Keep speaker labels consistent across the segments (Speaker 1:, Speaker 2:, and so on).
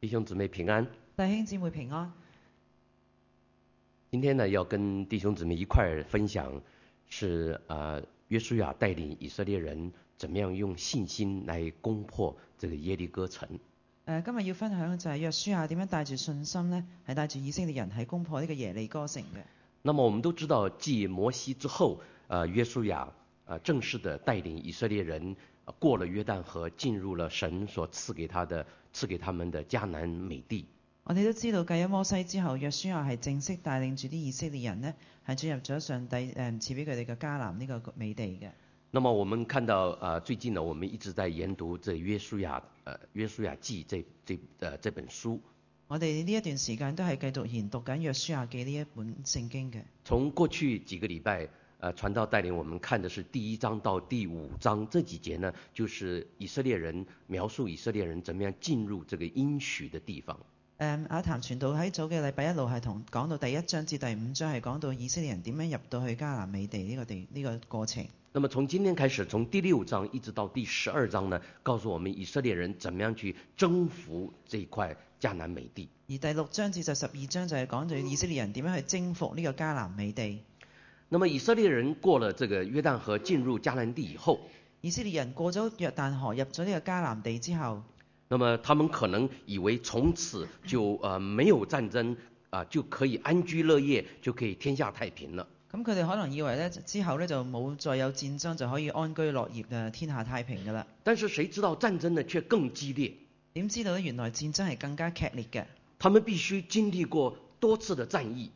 Speaker 1: 弟兄姊妹平安。
Speaker 2: 弟兄姊妹平安。
Speaker 1: 今天呢，要跟弟兄姊妹一块儿分享是呃，约书亚带领以色列人怎么样用信心来攻破这个耶利哥城。
Speaker 2: 誒，呃今日要分享嘅就係約書亞點樣帶住信心呢？係帶住以色列人係攻破呢個耶利哥城嘅。
Speaker 1: 那么我们都知道，继摩西之后，呃，约书亚呃正式的带领以色列人、呃过了约旦河，进入了神所赐给他的、赐给他们的迦南美地。
Speaker 2: 我哋都知道，繼咗摩西之後，約書亞係正式帶領住啲以色列人呢，係進入咗上帝誒賜俾佢哋嘅迦南呢個美地嘅。
Speaker 1: 那么我们看到，呃，最近呢，我们一直在研读这约书亚，呃，约书亚记这这呃这本书。
Speaker 2: 我哋呢一段時間都係繼續研讀緊約書亞記呢一本聖經嘅。
Speaker 1: 从过去几个礼拜，呃，传道带领我们看的是第一章到第五章这几节呢，就是以色列人描述以色列人怎么样进入这个应许的地方。
Speaker 2: 誒阿譚傳道喺早嘅禮拜一路係同講到第一章至第五章係講到以色列人點樣入到去迦南美地呢個地呢、個過程。
Speaker 1: 那么从今天开始，从第六章一直到第十二章呢，告诉我们以色列人怎么样去征服这一块迦南美地。
Speaker 2: 而第六章至就十二章就係講到以色列人點樣去征服呢個迦南美地。
Speaker 1: 那么以色列人过了这个约旦河，进入迦南地以后，
Speaker 2: 以色列人過咗約旦河入咗呢個迦南地之後，
Speaker 1: 那么他们可能以为从此就呃没有战争啊、就可以安居乐业，就可以天下太平了。
Speaker 2: 咁佢哋可能以為呢之後呢就冇再有戰爭，就可以安居樂業啊，天下太平㗎啦。
Speaker 1: 但是谁知道戰爭呢却更激烈，
Speaker 2: 點知道呢？原來戰爭係更加劇烈嘅，
Speaker 1: 他們必須经历过多次的戰役，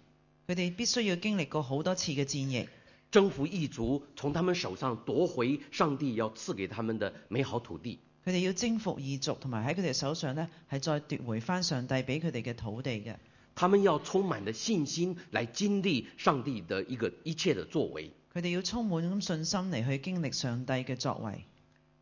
Speaker 2: 佢哋必須要經歷過好多次嘅戰役，
Speaker 1: 征服异族，从他们手上夺回上帝要赐给他们的美好土地。
Speaker 2: 佢哋要征服異族，同埋喺佢哋手上呢係再奪回翻上帝俾佢哋嘅土地嘅。
Speaker 1: 他們要充滿了信心来经历上帝的一个一切的作为。
Speaker 2: 佢哋要充滿咁信心嚟去經歷上帝嘅作為。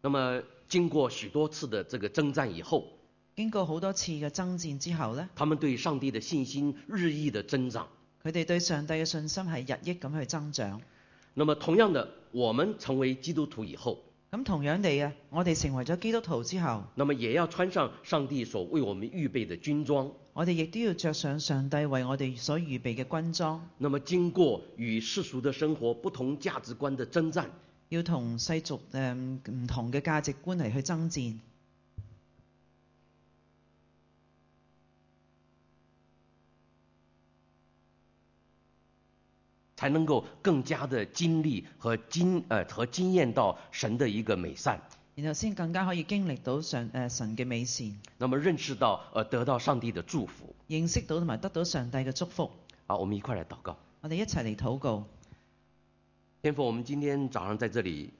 Speaker 1: 那么，经过许多次的这个征战以后，
Speaker 2: 經過好多次嘅爭戰之後呢。
Speaker 1: 他们对上帝的信心日益的增长。
Speaker 2: 佢哋對上帝嘅信心係日益咁去增長。
Speaker 1: 那么，同样的，我们成为基督徒以后，
Speaker 2: 咁同樣地啊，我哋成為咗基督徒之後，
Speaker 1: 那么也要穿上上帝所为我们预备的军装。
Speaker 2: 我哋亦都要着上上帝為我哋所預備嘅軍裝，
Speaker 1: 那么，经过与世俗的生活不同价值观的征战，
Speaker 2: 要同世俗誒唔、唔同嘅價值觀嚟去爭戰。
Speaker 1: 才能够更加的经历和经呃和经验到神的一个美善，
Speaker 2: 然後先更加可以經歷到上誒、神嘅美善，
Speaker 1: 那么认识到呃得到上帝的祝福。
Speaker 2: 認識到同埋得到上帝嘅祝福。
Speaker 1: 好，我们一块来祷告。
Speaker 2: 我哋一齊嚟禱告，
Speaker 1: 天父，我们今天早上在这里，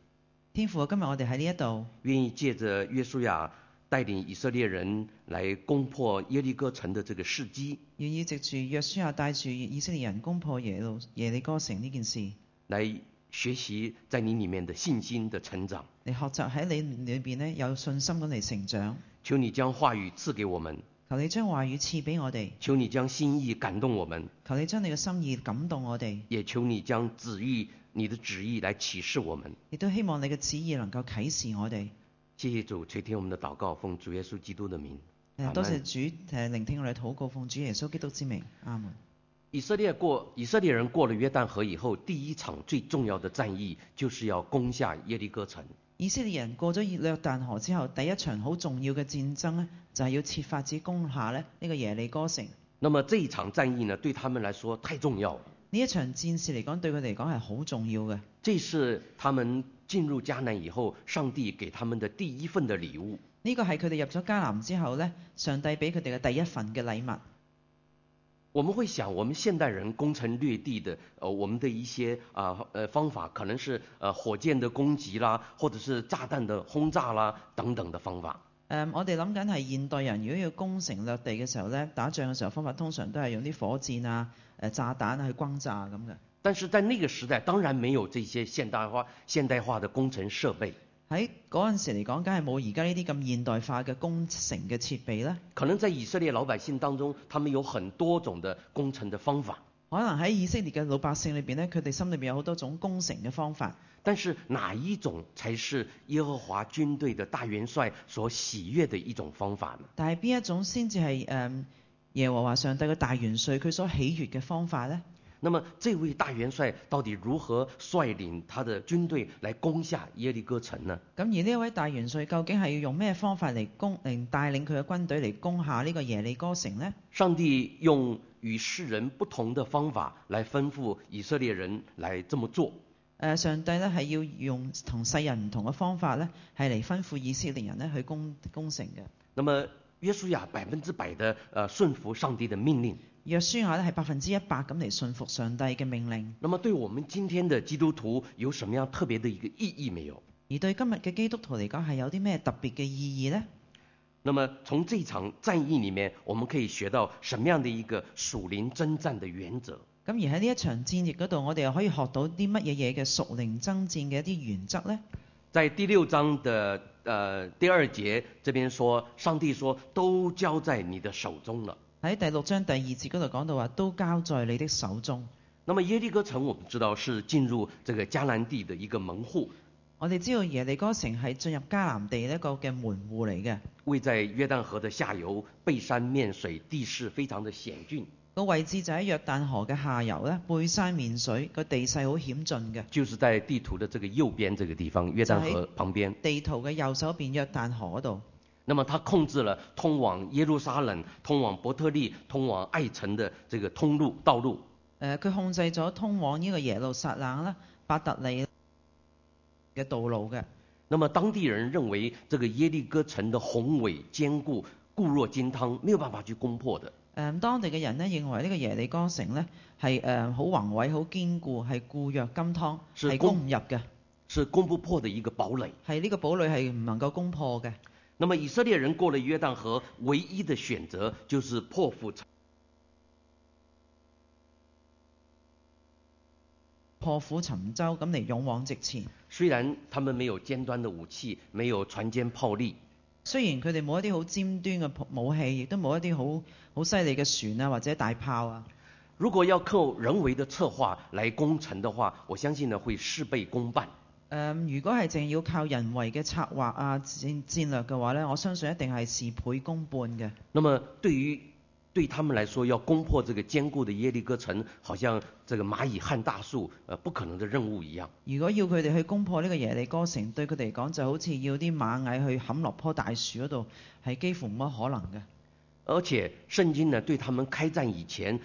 Speaker 2: 天父啊，今日我哋喺呢一度，
Speaker 1: 愿意借着约书亚带领以色列人来攻破耶利哥城的这个事迹，
Speaker 2: 願意藉住約書亞帶住以色列人攻破耶路耶利哥城呢件事，
Speaker 1: 来学习在你里面的信心的成长。
Speaker 2: 嚟學習喺你裏邊呢有信心咁嚟成長。
Speaker 1: 求你将话语赐给我们，
Speaker 2: 求你將話語賜俾我哋，
Speaker 1: 求你将心意感动我们，
Speaker 2: 求你將你嘅心意感動我哋，
Speaker 1: 也求你将旨意、你的旨意来启示我们。
Speaker 2: 亦都希望你嘅旨意能夠啟示我哋。
Speaker 1: 谢谢主垂听我们的祷告，奉主耶稣基督的名。
Speaker 2: 誒
Speaker 1: Amen
Speaker 2: 多謝主誒聆聽我哋嘅禱告，奉主耶穌基督之名，阿門。
Speaker 1: 以色列过以色列人过了约旦河以后，第一场最重要的战役就是要攻下耶利哥城。
Speaker 2: 以色列人過咗約旦河之後，第一場好重要嘅戰爭呢，就係、要設法子攻下咧呢個耶利哥城。
Speaker 1: 那么这一场战役呢，对他们来说太重要了。
Speaker 2: 呢一場戰事嚟講，對佢哋嚟講係好重要嘅。
Speaker 1: 这是他们进入迦南以后，上帝给他们的第一份的礼物。
Speaker 2: 呢個係佢哋入咗迦南之後呢，上帝俾佢哋嘅第一份嘅禮物。
Speaker 1: 我们会想，我们现代人攻城略地的，呃，我们的一些啊呃方法，可能是呃火箭的攻击啦，或者是炸弹的轰炸啦等等的方法。
Speaker 2: 誒、呃我哋諗緊係現代人如果要攻城掠地嘅時候呢，打仗嘅時候方法通常都係用啲火箭啊、誒、炸彈啊去轟炸咁嘅。
Speaker 1: 但是在那个时代，当然没有这些现代化现代化的工程设备，
Speaker 2: 喺嗰陣時嚟講，梗係冇而家呢啲咁現代化嘅攻城嘅設備啦。
Speaker 1: 可能在以色列老百姓当中，他们有很多种的工程的方法。
Speaker 2: 可能喺以色列嘅老百姓裏邊呢，佢哋心裏邊有好多種攻城嘅方法。
Speaker 1: 但是哪一种才是耶和华军队的大元帅所喜悦的一种方法呢？
Speaker 2: 但係邊一種先至係誒耶和華上帝嘅大元帥佢所喜悦嘅方法呢？
Speaker 1: 那么这位大元帅到底如何率领他的军队来攻下耶利哥城呢？
Speaker 2: 咁而呢一位大元帥究竟係要用咩方法嚟攻，嚟帶領佢嘅軍隊嚟攻下呢個耶利哥城呢？
Speaker 1: 上帝用与世人不同的方法来吩咐以色列人来这么做。
Speaker 2: 誒、呃上帝呢係要用同世人唔同嘅方法呢，係嚟吩咐以色列人呢去攻攻城嘅。
Speaker 1: 那么约书亚百分之百的呃顺服上帝的命令。
Speaker 2: 約書亞呢係百分之一百咁嚟信服上帝嘅命令，
Speaker 1: 那么对我们今天的基督徒有什么样特别的一个意义没有？
Speaker 2: 而對今日嘅基督徒嚟講係有啲咩特別嘅意義呢？
Speaker 1: 那么从这场战役里面，我们可以学到什么样的一个属灵征战的原则？
Speaker 2: 咁而喺呢一場戰役嗰度，我哋又可以學到啲乜嘢嘢嘅屬靈爭戰嘅一啲原則呢？
Speaker 1: 在第六章的呃第二节这边说，上帝说都交在你的手中了。
Speaker 2: 喺第六章第二節嗰度講到話，都交在你的手中。
Speaker 1: 那么耶利哥城我们知道是进入这个迦南地的一个门户，
Speaker 2: 我哋知道耶利哥城係進入迦南地一個嘅門户嚟嘅，
Speaker 1: 位在约旦河的下游，背山面水，地势非常的险峻，
Speaker 2: 個位置就喺約旦河嘅下游咧，背山面水，個地勢好險峻嘅。
Speaker 1: 就是在地图的这个右边这个地方，约旦河旁边。
Speaker 2: 地圖嘅右手邊約旦河嗰度，
Speaker 1: 那么它控制了通往耶路撒冷、通往伯特利、通往爱城的这个通路道路。
Speaker 2: 誒呃佢控制咗通往呢個耶路撒冷啦、伯特利嘅道路嘅。
Speaker 1: 那么当地人认为这个耶利哥城的宏伟坚固，固若金汤，没有办法去攻破的。
Speaker 2: 誒呃當地嘅人呢，認為呢個耶利哥城呢係誒好宏偉、好堅固，係固若金湯，
Speaker 1: 是
Speaker 2: 係
Speaker 1: 攻
Speaker 2: 攻唔入嘅，
Speaker 1: 是攻不破的一个堡垒。
Speaker 2: 係呢個堡壘係唔能夠攻破嘅。
Speaker 1: 那么以色列人过了约旦河，唯一的选择就是破釜沉
Speaker 2: 破釜沉舟咁嚟勇往直前。
Speaker 1: 虽然他们没有尖端的武器，没有船坚炮利，
Speaker 2: 雖然佢哋冇一啲好尖端嘅武器，亦都冇一啲好好犀利嘅船啊或者大炮啊。
Speaker 1: 如果要靠人为的策划来攻城的话，我相信呢会事倍功半。
Speaker 2: 誒、嗯如果係淨要靠人為嘅策劃啊戰戰略嘅話呢，我相信一定係事倍功半嘅。
Speaker 1: 那么对于对他们来说，要攻破这个坚固的耶利哥城，好像这个蚂蚁撼大树，呃，不可能的任务一样。
Speaker 2: 如果要佢哋去攻破呢個耶利哥城，對佢哋嚟講就好似要啲螞蟻去冚落棵大樹嗰度，係幾乎冇乜可能嘅。
Speaker 1: 而且圣经呢，对他们开战以前，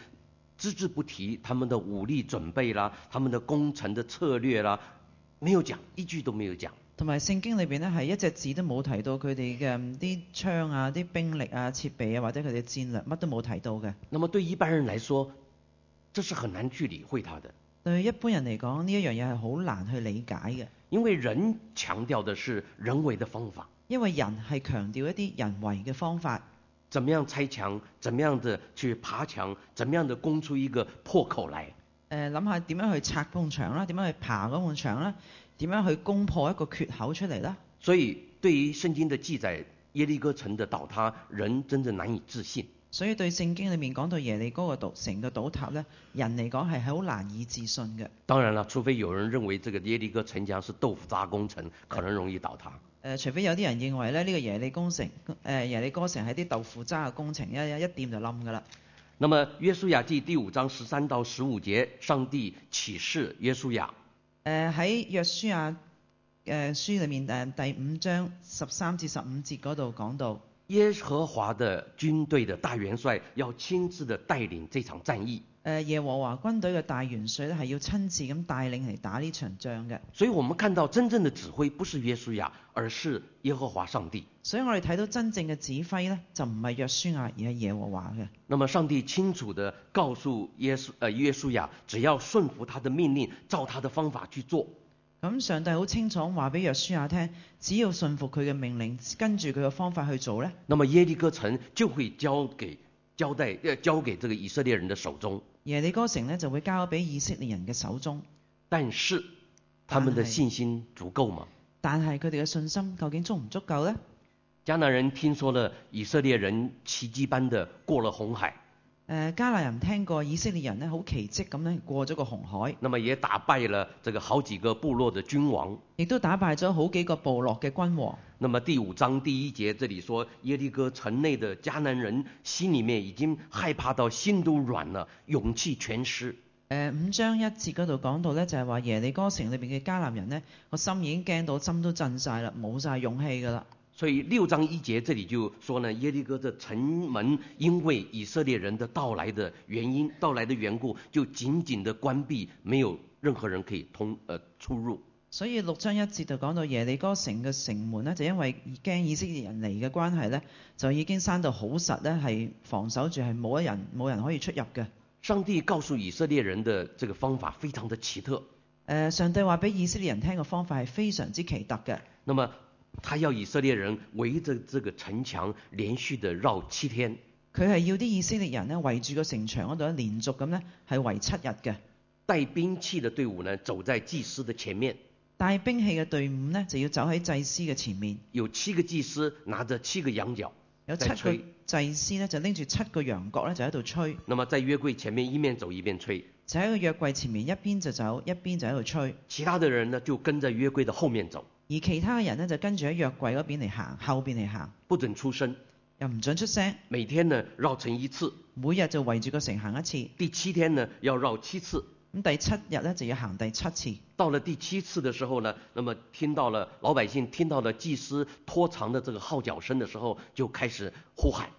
Speaker 1: 只字不提他们的武力准备啦，他们的攻城的策略啦，没有讲，一句都没有讲。
Speaker 2: 同埋聖經裏邊呢，係一隻字都冇提到佢哋嘅嗯啲槍啊、啲兵力啊、設備啊，或者佢哋嘅戰略，乜都冇提到嘅。
Speaker 1: 那么对一般人来說，这是很难去理会它的，
Speaker 2: 對一般人嚟講，呢一樣嘢係好難去理解嘅，
Speaker 1: 因为人强调的是人為的方法，
Speaker 2: 因為人係強調一啲人為嘅方法，
Speaker 1: 怎么样拆墙，怎么样的去爬墙，怎么样的攻出一个破口来。
Speaker 2: 誒諗呃下點樣去拆埲牆啦，點樣去爬嗰埲牆啦，點樣去攻破一個缺口出嚟啦。
Speaker 1: 所以，对于圣经的记载，耶利哥城的倒塌，人真的難以置信。
Speaker 2: 所以對聖經裏面講到耶利哥嘅倒城嘅倒塌呢，人嚟講係好難以置信嘅。誒、
Speaker 1: 当然了，除非有人认为这个耶利哥城墙是豆腐渣工程，可能容易倒塌。
Speaker 2: 呃除非有啲人認為咧呢、呢個耶利工城，誒、耶利哥城係啲豆腐渣嘅工程，一一一掂就冧㗎啦。
Speaker 1: 那么，《约书亚记》第五章十三到十五节，上帝启示约书亚，
Speaker 2: 誒呃喺約書亞誒、書裏呃面誒、第五章十三至十五節嗰度講到，
Speaker 1: 耶和华的军队的大元帅要亲自的带领这场战役。
Speaker 2: 誒、呃耶和華軍隊嘅大元帥咧係要親自咁帶領嚟打呢場仗嘅。
Speaker 1: 所以我们看到，真正的指挥不是约书亚，而是耶和华上帝。
Speaker 2: 所以我哋睇到真正嘅指揮呢，就唔係約書亞，而係耶和華嘅。
Speaker 1: 那么，上帝清楚地告诉耶稣呃约书亚，只要顺服他的命令，照他的方法去做，
Speaker 2: 咁上帝好清楚話俾約書亞聽，只要信服佢嘅命令，跟住佢嘅方法去做呢，
Speaker 1: 那么耶利哥城就会交给交代呃交给这个以色列人的手中。
Speaker 2: 耶利哥城呢就會交俾以色列人嘅手中。
Speaker 1: 但是，他们的
Speaker 2: 但是
Speaker 1: 信心足够吗？
Speaker 2: 但係佢哋嘅信心究竟足唔足夠呢？
Speaker 1: 迦南人听说了以色列人奇迹般的过了红海，
Speaker 2: 誒、誒呃迦南人聽過以色列人呢好奇蹟咁呢過咗個紅海，
Speaker 1: 那么也打败了这个好几个部落的君王。
Speaker 2: 亦都打敗咗好幾個部落嘅君王。
Speaker 1: 那么第五章第一节这里说，耶利哥城内的迦南人心里面已经害怕到心都软了，勇气全失。
Speaker 2: 呃誒五章一節嗰度講到呢，就係話耶利哥城裏邊嘅迦南人呢個心已經驚到心都震晒啦，冇晒勇氣㗎啦。
Speaker 1: 所以六章一节这里就说呢，耶利哥的城门因为以色列人的到来的原因，到来的缘故，就紧紧的关闭，没有任何人可以通呃出入。
Speaker 2: 所以六章一節就講到耶利哥城嘅城門呢，就因為驚以色列人嚟嘅關係呢，就已經閂到好實呢，係防守住係冇一人冇人可以出入嘅。誒、
Speaker 1: 上帝告诉以色列人的这个方法非常的奇特，
Speaker 2: 呃上帝話俾以色列人聽嘅方法係非常之奇特嘅。
Speaker 1: 那么他要以色列人围着这个城墙连续的绕七天，
Speaker 2: 佢係要啲以色列人呢圍住個城牆嗰度咧，連續咁呢係圍七日嘅。
Speaker 1: 带兵器的队伍呢走在祭司的前面，
Speaker 2: 帶兵器嘅隊伍呢，就要走喺祭司嘅前面，
Speaker 1: 有七个祭司拿着七个羊角，
Speaker 2: 有七
Speaker 1: 就係
Speaker 2: 個
Speaker 1: 吹
Speaker 2: 祭司呢，就拎住七個羊角呢，就喺度吹，
Speaker 1: 那么在约柜前面一面走一边吹，
Speaker 2: 就喺個約櫃前面一邊就走，一邊就喺度吹。
Speaker 1: 其他的人呢就跟着约柜的后面走，
Speaker 2: 而其他嘅人呢，就跟住喺約櫃嗰邊嚟行，後邊嚟行，
Speaker 1: 不准出声，
Speaker 2: 又唔准出聲。
Speaker 1: 每天呢绕城一次，
Speaker 2: 每日就圍住個城行一次，
Speaker 1: 第七天呢要绕七次。
Speaker 2: 咁第七日呢，就要行第七次。
Speaker 1: 到了第七次的时候呢，那么听到了老百姓听到了祭司拖长的这个号角声的时候，就开始呼喊。
Speaker 2: 誒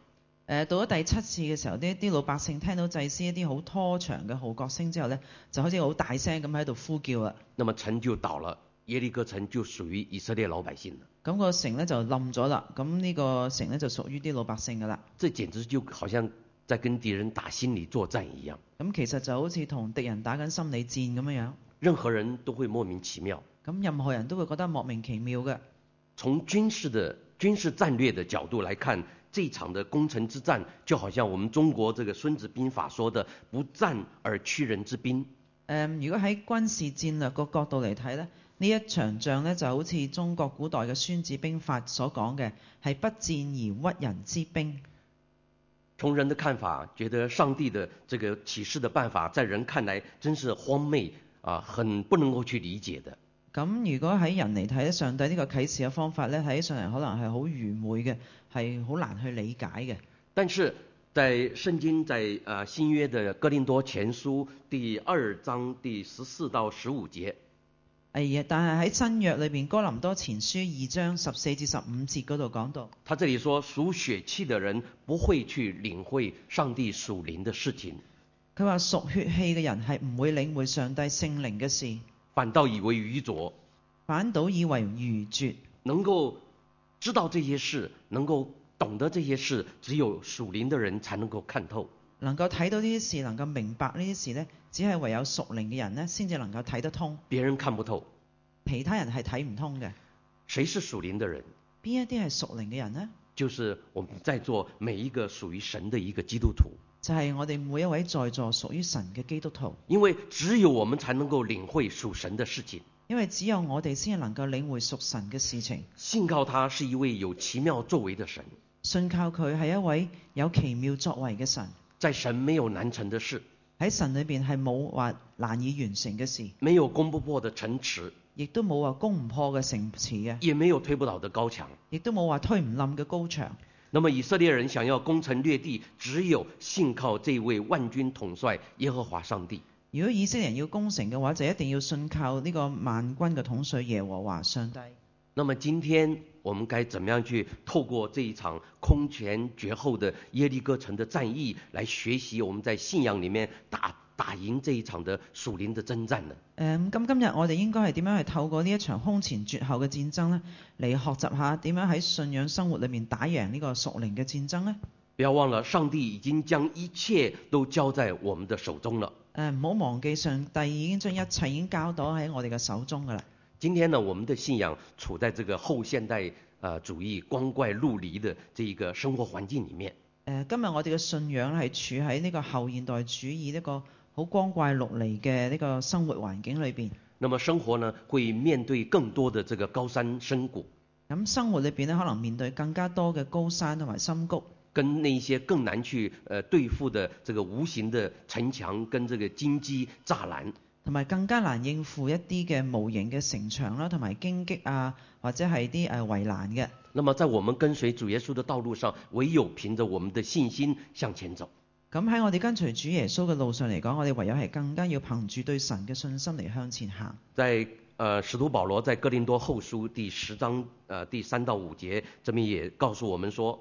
Speaker 2: 呃到咗第七次嘅時候，呢啲老百姓聽到祭司一啲好拖長嘅號角聲之後呢，就開始好大聲咁喺度呼叫啦。
Speaker 1: 那么城就倒了，耶利哥城就属于以色列老百姓了。
Speaker 2: 咁、個城呢就冧咗啦，咁呢個城呢就屬於啲老百姓噶啦。
Speaker 1: 这简直就好像在跟敌人打心理作战一样，
Speaker 2: 咁其實就好似同敵人打緊心理戰咁樣樣，
Speaker 1: 任何人都會莫名其妙。
Speaker 2: 咁任何人都會覺得莫名其妙嘅。
Speaker 1: 从军事的军事战略的角度来看，这场的攻城之战，就好像我们中国这个《孙子兵法》说的“不战而屈人之兵
Speaker 2: 誒、如果喺軍事戰略個角度嚟睇呢，呢一場仗呢就好似中國古代嘅《孫子兵法》所講嘅，係不戰而屈人之兵。”。
Speaker 1: 从人的看法，觉得上帝的这个启示的办法，在人看来真是荒谬啊，很不能够去理解的。
Speaker 2: 咁如果喺人嚟睇咧，上帝呢個啟示嘅方法呢，睇起上嚟可能係好愚昧嘅，係好難去理解嘅。
Speaker 1: 但是在圣经在呃新约的哥林多前书第二章第十四到十五节，
Speaker 2: 誒，但係喺新約裏邊，《哥林多前書》二章十四至十五節嗰度講到，
Speaker 1: 他这里说属血气的人不会去领会上帝属灵的事情，
Speaker 2: 佢話屬血氣嘅人係唔會領會上帝聖靈嘅事，
Speaker 1: 反倒以为愚拙，
Speaker 2: 反倒以為愚拙。
Speaker 1: 能够知道这些事，能够懂得这些事，只有属灵的人才能够看透。
Speaker 2: 能夠睇到呢啲事，能夠明白呢啲事呢，只係唯有屬靈嘅人呢先至能夠睇得通，
Speaker 1: 别人看不透，
Speaker 2: 其他人係睇唔通嘅。
Speaker 1: 谁是属灵的人？
Speaker 2: 邊一啲係屬靈嘅人呢？
Speaker 1: 就是我们在座每一个属于神的一个基督徒，
Speaker 2: 就係、我哋每一位在座屬於神嘅基督徒，
Speaker 1: 因为只有我们才能够领会属神的事情。
Speaker 2: 因為只有我哋先能夠領會屬神嘅事情，
Speaker 1: 信靠他是一位有奇妙作为的神，
Speaker 2: 信靠佢係一位有奇妙作為嘅神，
Speaker 1: 在神没有难成的事，
Speaker 2: 喺神裏邊係冇話難以完成嘅事，
Speaker 1: 没有攻不破的城池，
Speaker 2: 亦都冇話攻唔破嘅城池嘅，
Speaker 1: 也没有推不倒的高墙。
Speaker 2: 亦都冇話推唔冧嘅高牆。
Speaker 1: 那么以色列人想要攻城略地，只有信靠这位万军统帅耶和华上帝。
Speaker 2: 如果以色列人要攻城嘅話，就一定要信靠呢個萬軍嘅統帥耶和華上帝。
Speaker 1: 那么今天我们该怎么样去透过这一场空前绝后的耶利哥城的战役，来学习我们在信仰里面打打赢这一场的属灵的征战呢？
Speaker 2: 誒呃咁今日我哋應該係點樣去透過呢一場空前絕後嘅戰爭呢？嚟學習下點樣喺信仰生活裏面打贏呢個屬靈嘅戰爭呢？
Speaker 1: 不要忘了，上帝已经将一切都交在我们的手中了。
Speaker 2: 誒呃唔好忘記上帝已經將一切已經交到喺我哋嘅手中㗎啦。
Speaker 1: 今天呢，我们的信仰处在这个后现代呃主义光怪陆离的这一个生活环境里面，
Speaker 2: 誒、呃今日我哋嘅信仰咧係處喺呢個後現代主義呢個好光怪陸離嘅呢個生活環境裏邊。
Speaker 1: 那么生活呢会面對更多的这个高山深谷，
Speaker 2: 咁生活裏邊咧可能面對更加多嘅高山同埋深谷，
Speaker 1: 跟那些更难去呃对付的这个无形的城墙跟这个金鸡栅栏。
Speaker 2: 同埋更加難應付一啲嘅無形嘅城牆啦，同埋荊棘啊，或者係啲誒圍欄嘅。
Speaker 1: 那么，在我们跟随主耶稣的道路上，唯有凭着我们的信心向前走。
Speaker 2: 咁喺我哋跟隨主耶穌嘅路上嚟講，我哋唯有係更加要憑住對神嘅信心嚟向前行。
Speaker 1: 在呃，使徒保罗在哥林多后书第十章呃第三到五节这边也告诉我们说，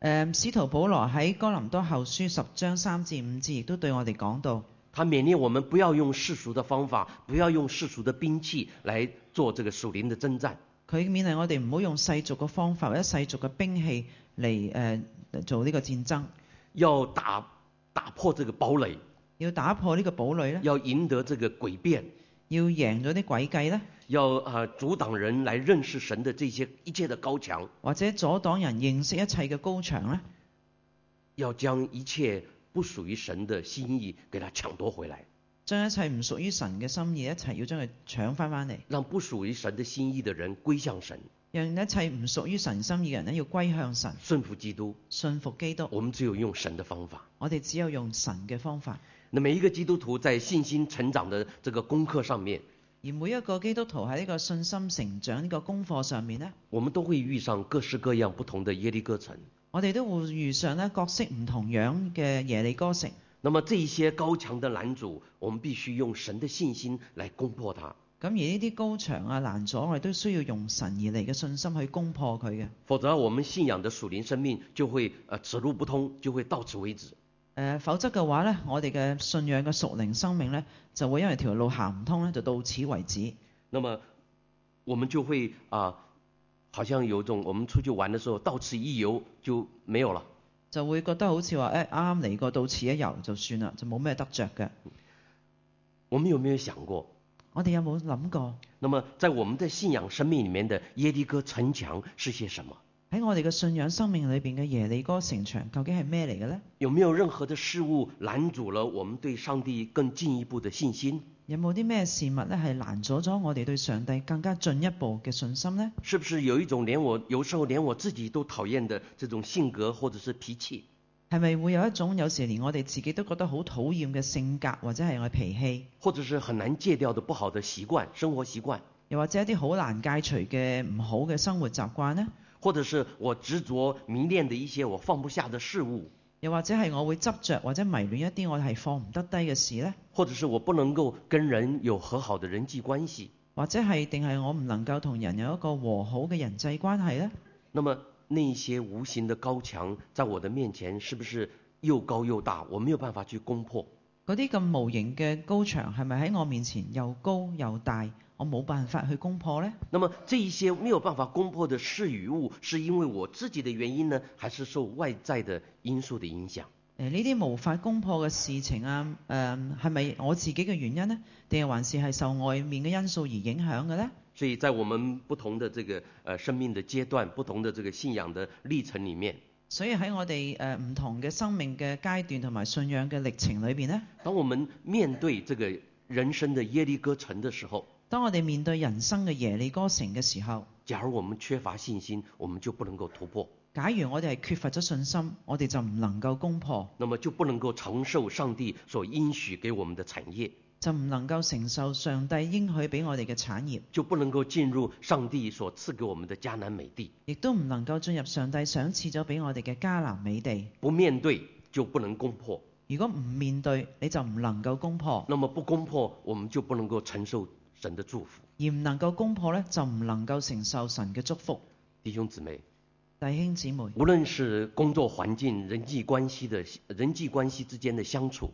Speaker 2: 誒、使徒保羅喺哥林多後書十章三至五節，亦都對我哋講到，
Speaker 1: 他勉励我们不要用世俗的方法，不要用世俗的兵器来做这个属灵的征战。
Speaker 2: 佢勉勵我哋唔好用世俗嘅方法或者世俗嘅兵器嚟誒、做呢個戰爭，
Speaker 1: 要打打破这个堡垒，
Speaker 2: 要打破呢個堡壘咧，
Speaker 1: 要赢得这个诡辩，
Speaker 2: 要贏咗啲詭計咧，
Speaker 1: 要呃阻挡人来认识神的这些一切的高墙，
Speaker 2: 或者阻擋人認識一切嘅高牆咧。
Speaker 1: 要将一切不属于神的心意给他抢夺回来，
Speaker 2: 將一切唔屬於神嘅心意，一齊要將佢搶翻翻嚟，
Speaker 1: 让不属于神的心意的人归向神，
Speaker 2: 讓一切唔屬於神心意嘅人咧，要歸向神，
Speaker 1: 顺服基督。
Speaker 2: 信服基督。
Speaker 1: 我们只有用神的方法。
Speaker 2: 我哋只有用神嘅方法，
Speaker 1: 那每一个基督徒在信心成长的这个功课上面，
Speaker 2: 而每一個基督徒喺呢個信心成長呢個功課上面呢，
Speaker 1: 我们都会遇上各式各样不同的耶利哥城。
Speaker 2: 我哋都會遇上呢各式唔同樣嘅耶利哥城。
Speaker 1: 那么这一些高墙的拦阻，我们必须用神的信心来攻破它，
Speaker 2: 咁而呢啲高牆啊、難阻，我哋都需要用神而嚟嘅信心去攻破佢嘅。誒、
Speaker 1: 否则我们信仰的属灵生命就会呃此路不通，就会到此为止。
Speaker 2: 呃否則嘅話呢，我哋嘅信仰嘅屬靈生命呢，就會因為條路行唔通呢，就到此為止。
Speaker 1: 那么我们就会啊、好像有一种我们出去玩的时候到此一游就没有了。
Speaker 2: 就會覺得好似話誒啱啱嚟過到此一遊就算啦，就冇咩得着嘅。
Speaker 1: 我们有没有想过？
Speaker 2: 我哋有冇諗過
Speaker 1: 那么在我们的信仰生命里面的耶利哥城墙是些什么？
Speaker 2: 喺我哋嘅信仰生命裏邊嘅耶利哥城牆究竟係咩嚟嘅呢？
Speaker 1: 有没有任何的事物拦阻了我们对上帝更进一步的信心？
Speaker 2: 有冇啲咩事物咧係攔阻咗我哋對上帝更加進一步嘅信心呢？
Speaker 1: 是不是有一种连我有时候连我自己都讨厌的这种性格或者是脾气？
Speaker 2: 係咪會有一種有時連我哋自己都覺得好討厭嘅性格，或者係我哋脾氣，
Speaker 1: 或者是很难戒掉的不好的习惯、生活习惯，
Speaker 2: 又或者一啲好難戒除嘅唔好嘅生活習慣呢？
Speaker 1: 或者是我执着迷恋的一些我放不下的事物，
Speaker 2: 又或者係我會執着或者迷戀一啲我係放唔得低嘅事呢？
Speaker 1: 或者是我不能够跟人有和好的人际关系？
Speaker 2: 或者係定係我唔能夠同人有一個和好嘅人際關係呢？
Speaker 1: 那么那些无形的高墙在我的面前是不是又高又大？我没有办法去攻破。
Speaker 2: 嗰啲咁無形嘅高牆係咪喺我面前又高又大，我冇辦法去攻破呢？
Speaker 1: 那么这一些没有办法攻破的事与物，是因为我自己的原因呢，还是受外在的因素的影响？
Speaker 2: 誒呃呢啲無法攻破嘅事情啊，誒係咪我自己嘅原因呢？定係還是係受外面嘅因素而影響嘅呢？
Speaker 1: 所以在我们不同的这个呃生命的阶段、不同的这个信仰的历程里面，
Speaker 2: 所以喺我哋誒唔同嘅生命嘅階段同埋信仰嘅歷程裏邊呢，
Speaker 1: 当我们面对这个人生的耶利哥城的时候，
Speaker 2: 當我哋面對人生嘅耶利哥城嘅時候，
Speaker 1: 假如我们缺乏信心，我们就不能够突破，
Speaker 2: 假如我哋係缺乏咗信心，我哋就唔能夠攻破，
Speaker 1: 那么就不能够承受上帝所应许给我们的产业，
Speaker 2: 就唔能夠承受上帝應許俾我哋嘅產業，
Speaker 1: 就不能够进入上帝所赐给我们的迦南美地。
Speaker 2: 亦都唔能夠進入上帝賞賜咗俾我哋嘅迦南美地。
Speaker 1: 不面对就不能攻破，
Speaker 2: 如果唔面對，你就唔能夠攻破。
Speaker 1: 那么不攻破，我们就不能够承受神的祝福。
Speaker 2: 而唔能夠攻破呢，就唔能夠承受神嘅祝福。
Speaker 1: 弟兄姊妹，
Speaker 2: 弟兄姊妹，
Speaker 1: 无论是工作环境、人际关系的人际关系之间的相处，
Speaker 2: 誒、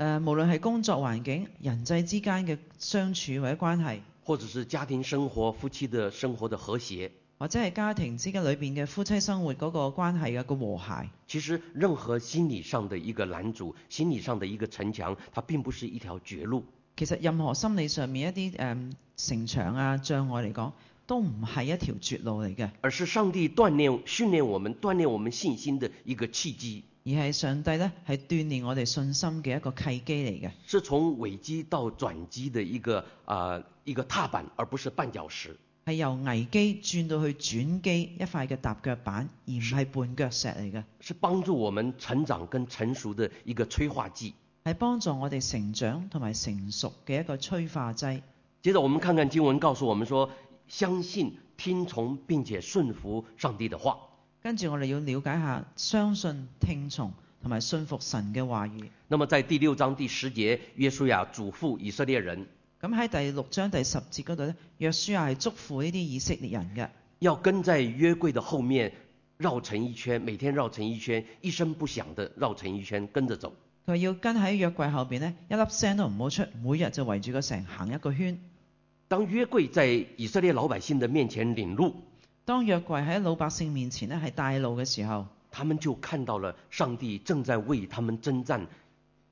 Speaker 2: 呃無論係工作環境、人際之間嘅相處或者關係，
Speaker 1: 或者是家庭生活、夫妻的生活的和谐，
Speaker 2: 或者係家庭之間裏邊嘅夫妻生活嗰個關係嘅個和諧，
Speaker 1: 其实任何心理上的一个拦阻、心理上的一个城墙，它并不是一条绝路，
Speaker 2: 其實任何心理上面一啲誒、呃城牆啊、障礙嚟講，都唔係一條絕路嚟嘅，
Speaker 1: 而是上帝锻炼、训练我们、锻炼我们信心的一个契机，
Speaker 2: 而係上帝呢係鍛鍊我哋信心嘅一個契機嚟嘅，
Speaker 1: 是从危机到转机的一个啊、一个踏板，而不是绊脚石。
Speaker 2: 係由危機轉到去轉機一塊嘅踏腳板，而唔係絆腳石嚟嘅，
Speaker 1: 是帮助我们成长跟成熟的一个催化剂。
Speaker 2: 係幫助我哋成長同埋成熟嘅一個催化劑。
Speaker 1: 接着我们看看经文告诉我们说，相信、听从并且顺服上帝的话。
Speaker 2: 跟住我哋要了解下，相信、聽從同埋信服神嘅話語。
Speaker 1: 那么在第六章第十节，约书亞嘱咐以色列人
Speaker 2: 咁喺第六章第十節嗰度呢，約書亞係祝福呢啲以色列人嘅，
Speaker 1: 要跟在约柜的后面绕成一圈，每天绕成一圈，一声不响的绕成一圈跟着走。
Speaker 2: 佢要跟喺約櫃後邊呢，一粒聲都唔好出，每日就圍住個城行一個圈。
Speaker 1: 当约柜在以色列老百姓的面前领路，
Speaker 2: 當約櫃喺老百姓面前呢，係帶路嘅時候，
Speaker 1: 他们就看到了上帝正在为他们征战，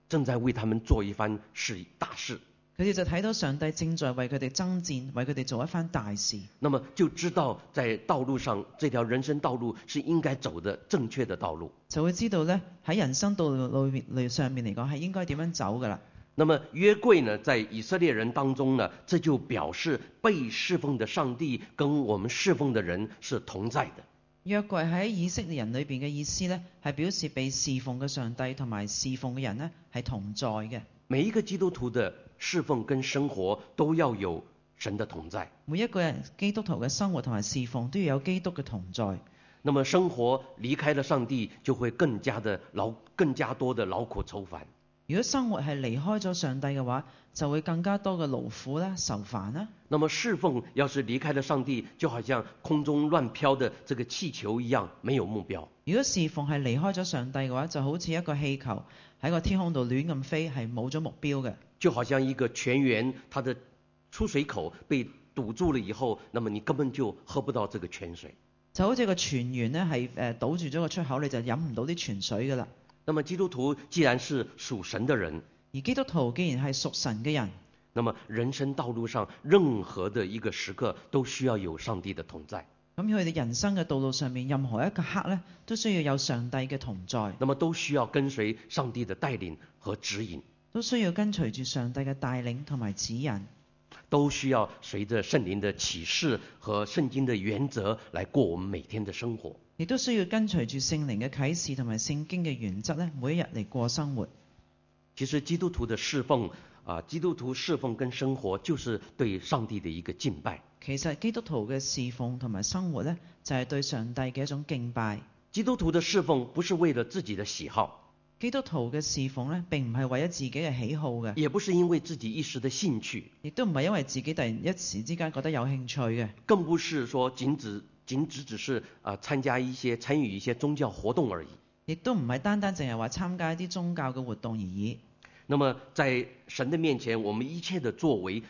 Speaker 1: 正在为他们做一番事大事。
Speaker 2: 佢哋就睇到上帝正在為佢哋爭戰，為佢哋做一番大事，
Speaker 1: 那么就知道在道路上这条人生道路是应该走的正确的道路。
Speaker 2: 就會知道呢，喺人生道路裏面上面嚟講係應該點樣走㗎啦。
Speaker 1: 那么约柜呢，在以色列人当中呢，这就表示被侍奉的上帝跟我们侍奉的人是同在的。
Speaker 2: 約櫃喺以色列人裏邊嘅意思呢，係表示被侍奉嘅上帝同埋侍奉嘅人呢係同在嘅。
Speaker 1: 每一个基督徒的侍奉跟生活都要有神的同在。
Speaker 2: 每一個人基督徒嘅生活同埋侍奉都要有基督嘅同在。
Speaker 1: 那么生活离开了上帝，就会更加的劳，更加多的劳苦愁烦。
Speaker 2: 如果生活係離開咗上帝嘅話，就會更加多嘅勞苦啦、愁煩啦。
Speaker 1: 那么侍奉要是离开了上帝，就好像空中乱飘的这个气球一样，没有目标。
Speaker 2: 如果侍奉係離開咗上帝嘅話，就好似一個氣球喺個天空度亂咁飛，係冇咗目標嘅。
Speaker 1: 就好像一个泉源，它的出水口被堵住了以后，那么你根本就喝不到这个泉水。
Speaker 2: 就好似個泉源呢係誒堵住咗個出口，你就飲唔到啲泉水㗎啦。
Speaker 1: 那么基督徒既然是属神的人，
Speaker 2: 而基督徒既然係屬神嘅人，
Speaker 1: 那么人生道路上任何的一个时刻都需要有上帝的同在，
Speaker 2: 咁佢哋人生嘅道路上面，任何一個刻呢，都需要有上帝嘅同在，
Speaker 1: 那么都需要跟随上帝的带领和指引，
Speaker 2: 都需要跟隨住上帝嘅帶領同埋指引。
Speaker 1: 都需要随着圣灵的启示和圣经的原则来过我们每天的生活。
Speaker 2: 亦都需要跟隨住聖靈嘅啟示同埋聖經嘅原則咧，每一日嚟過生活。
Speaker 1: 其实基督徒的侍奉啊，基督徒侍奉跟生活就是对上帝的一个敬拜。
Speaker 2: 其實基督徒嘅侍奉同埋生活呢，就係、對上帝嘅一種敬拜。
Speaker 1: 基督徒的侍奉不是为了自己的喜好，
Speaker 2: 基督徒嘅侍奉呢，並唔係為咗自己嘅喜好嘅，
Speaker 1: 也不是因为自己一时的兴趣，
Speaker 2: 亦都唔係因為自己突然一時之間覺得有興趣嘅，
Speaker 1: 更不是说仅只仅只只是啊、呃参加一些参与一些宗教活动而已。
Speaker 2: 亦都唔係單單淨係話參加一啲宗教嘅活動而已。
Speaker 1: 那么在神的面前，我们一切的作为、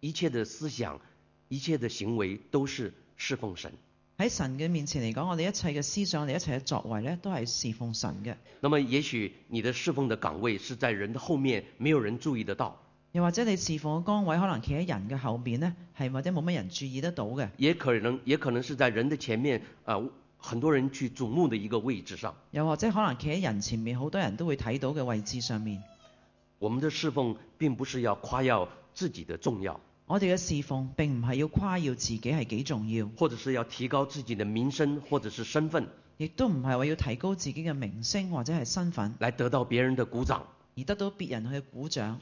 Speaker 1: 一切的思想、一切的行为都是侍奉神。
Speaker 2: 喺神嘅面前嚟講，我哋一切嘅思想，我哋一切嘅作為呢，都係侍奉神嘅。
Speaker 1: 那么也许你的侍奉的岗位是在人的后面，没有人注意得到，
Speaker 2: 又或者你侍奉嘅崗位可能企喺人嘅後面呢，係或者冇乜人注意得到嘅。
Speaker 1: 也可能也可能是在人的前面啊、呃很多人去瞩目的一个位置上。
Speaker 2: 又或者可能企喺人前面，好多人都會睇到嘅位置上面，
Speaker 1: 我们的侍奉并不是要夸耀自己的重要，
Speaker 2: 我哋嘅侍奉並唔係要誇耀自己係幾重要，
Speaker 1: 或者是要提高自己的名声或者是身份，
Speaker 2: 亦都唔係話要提高自己嘅名聲或者係身份，
Speaker 1: 来得到别人的鼓掌。
Speaker 2: 而得到別人去鼓掌。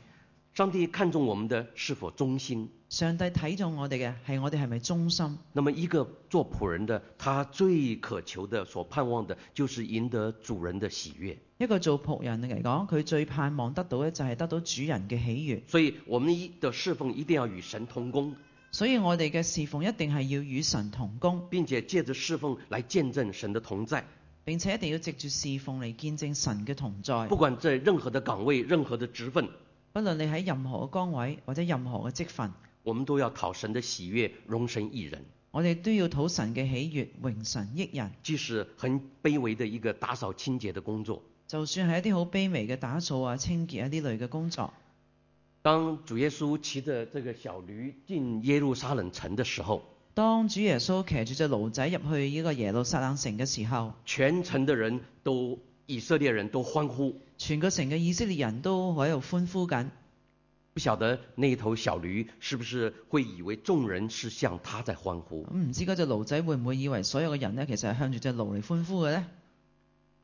Speaker 1: 上帝看重我们的是否忠心。
Speaker 2: 上帝睇中我哋嘅係我哋係咪忠心？
Speaker 1: 那么，一个做仆人的，他最渴求的、所盼望的，就是赢得主人的喜悦。
Speaker 2: 一個做仆人嚟講，佢最盼望得到嘅就係得到主人嘅喜悦。
Speaker 1: 所以，我们一的侍奉一定要与神同工，
Speaker 2: 所以我哋嘅侍奉一定係要與神同工，
Speaker 1: 并且借着侍奉来见证神的同在。
Speaker 2: 並且一定要藉住侍奉嚟見證神嘅同在
Speaker 1: 不。管在任何的岗位、任何的职分，
Speaker 2: 不論你喺任何嘅崗位或者任何嘅職份。
Speaker 1: 我们都要讨神的喜悦，容神一人。
Speaker 2: 我哋都要討神嘅喜悦，榮神益人。
Speaker 1: 即使很卑微的一个打扫清洁的工作。
Speaker 2: 就算係一啲好卑微嘅打掃啊、清潔啊呢類嘅工作，
Speaker 1: 当主耶稣骑着这个小驴进耶路撒冷城的时候，
Speaker 2: 當主耶穌騎住只驢仔入去呢個耶路撒冷城嘅時候，
Speaker 1: 全城的人都以色列人都欢呼。
Speaker 2: 全個城嘅以色列人都喺度歡呼緊。
Speaker 1: 不晓得那一头小驴是不是会以为众人是向他在欢呼？
Speaker 2: 咁唔知嗰只驢仔會唔會以為所有嘅人呢，其實係向住只驢嚟歡呼嘅呢？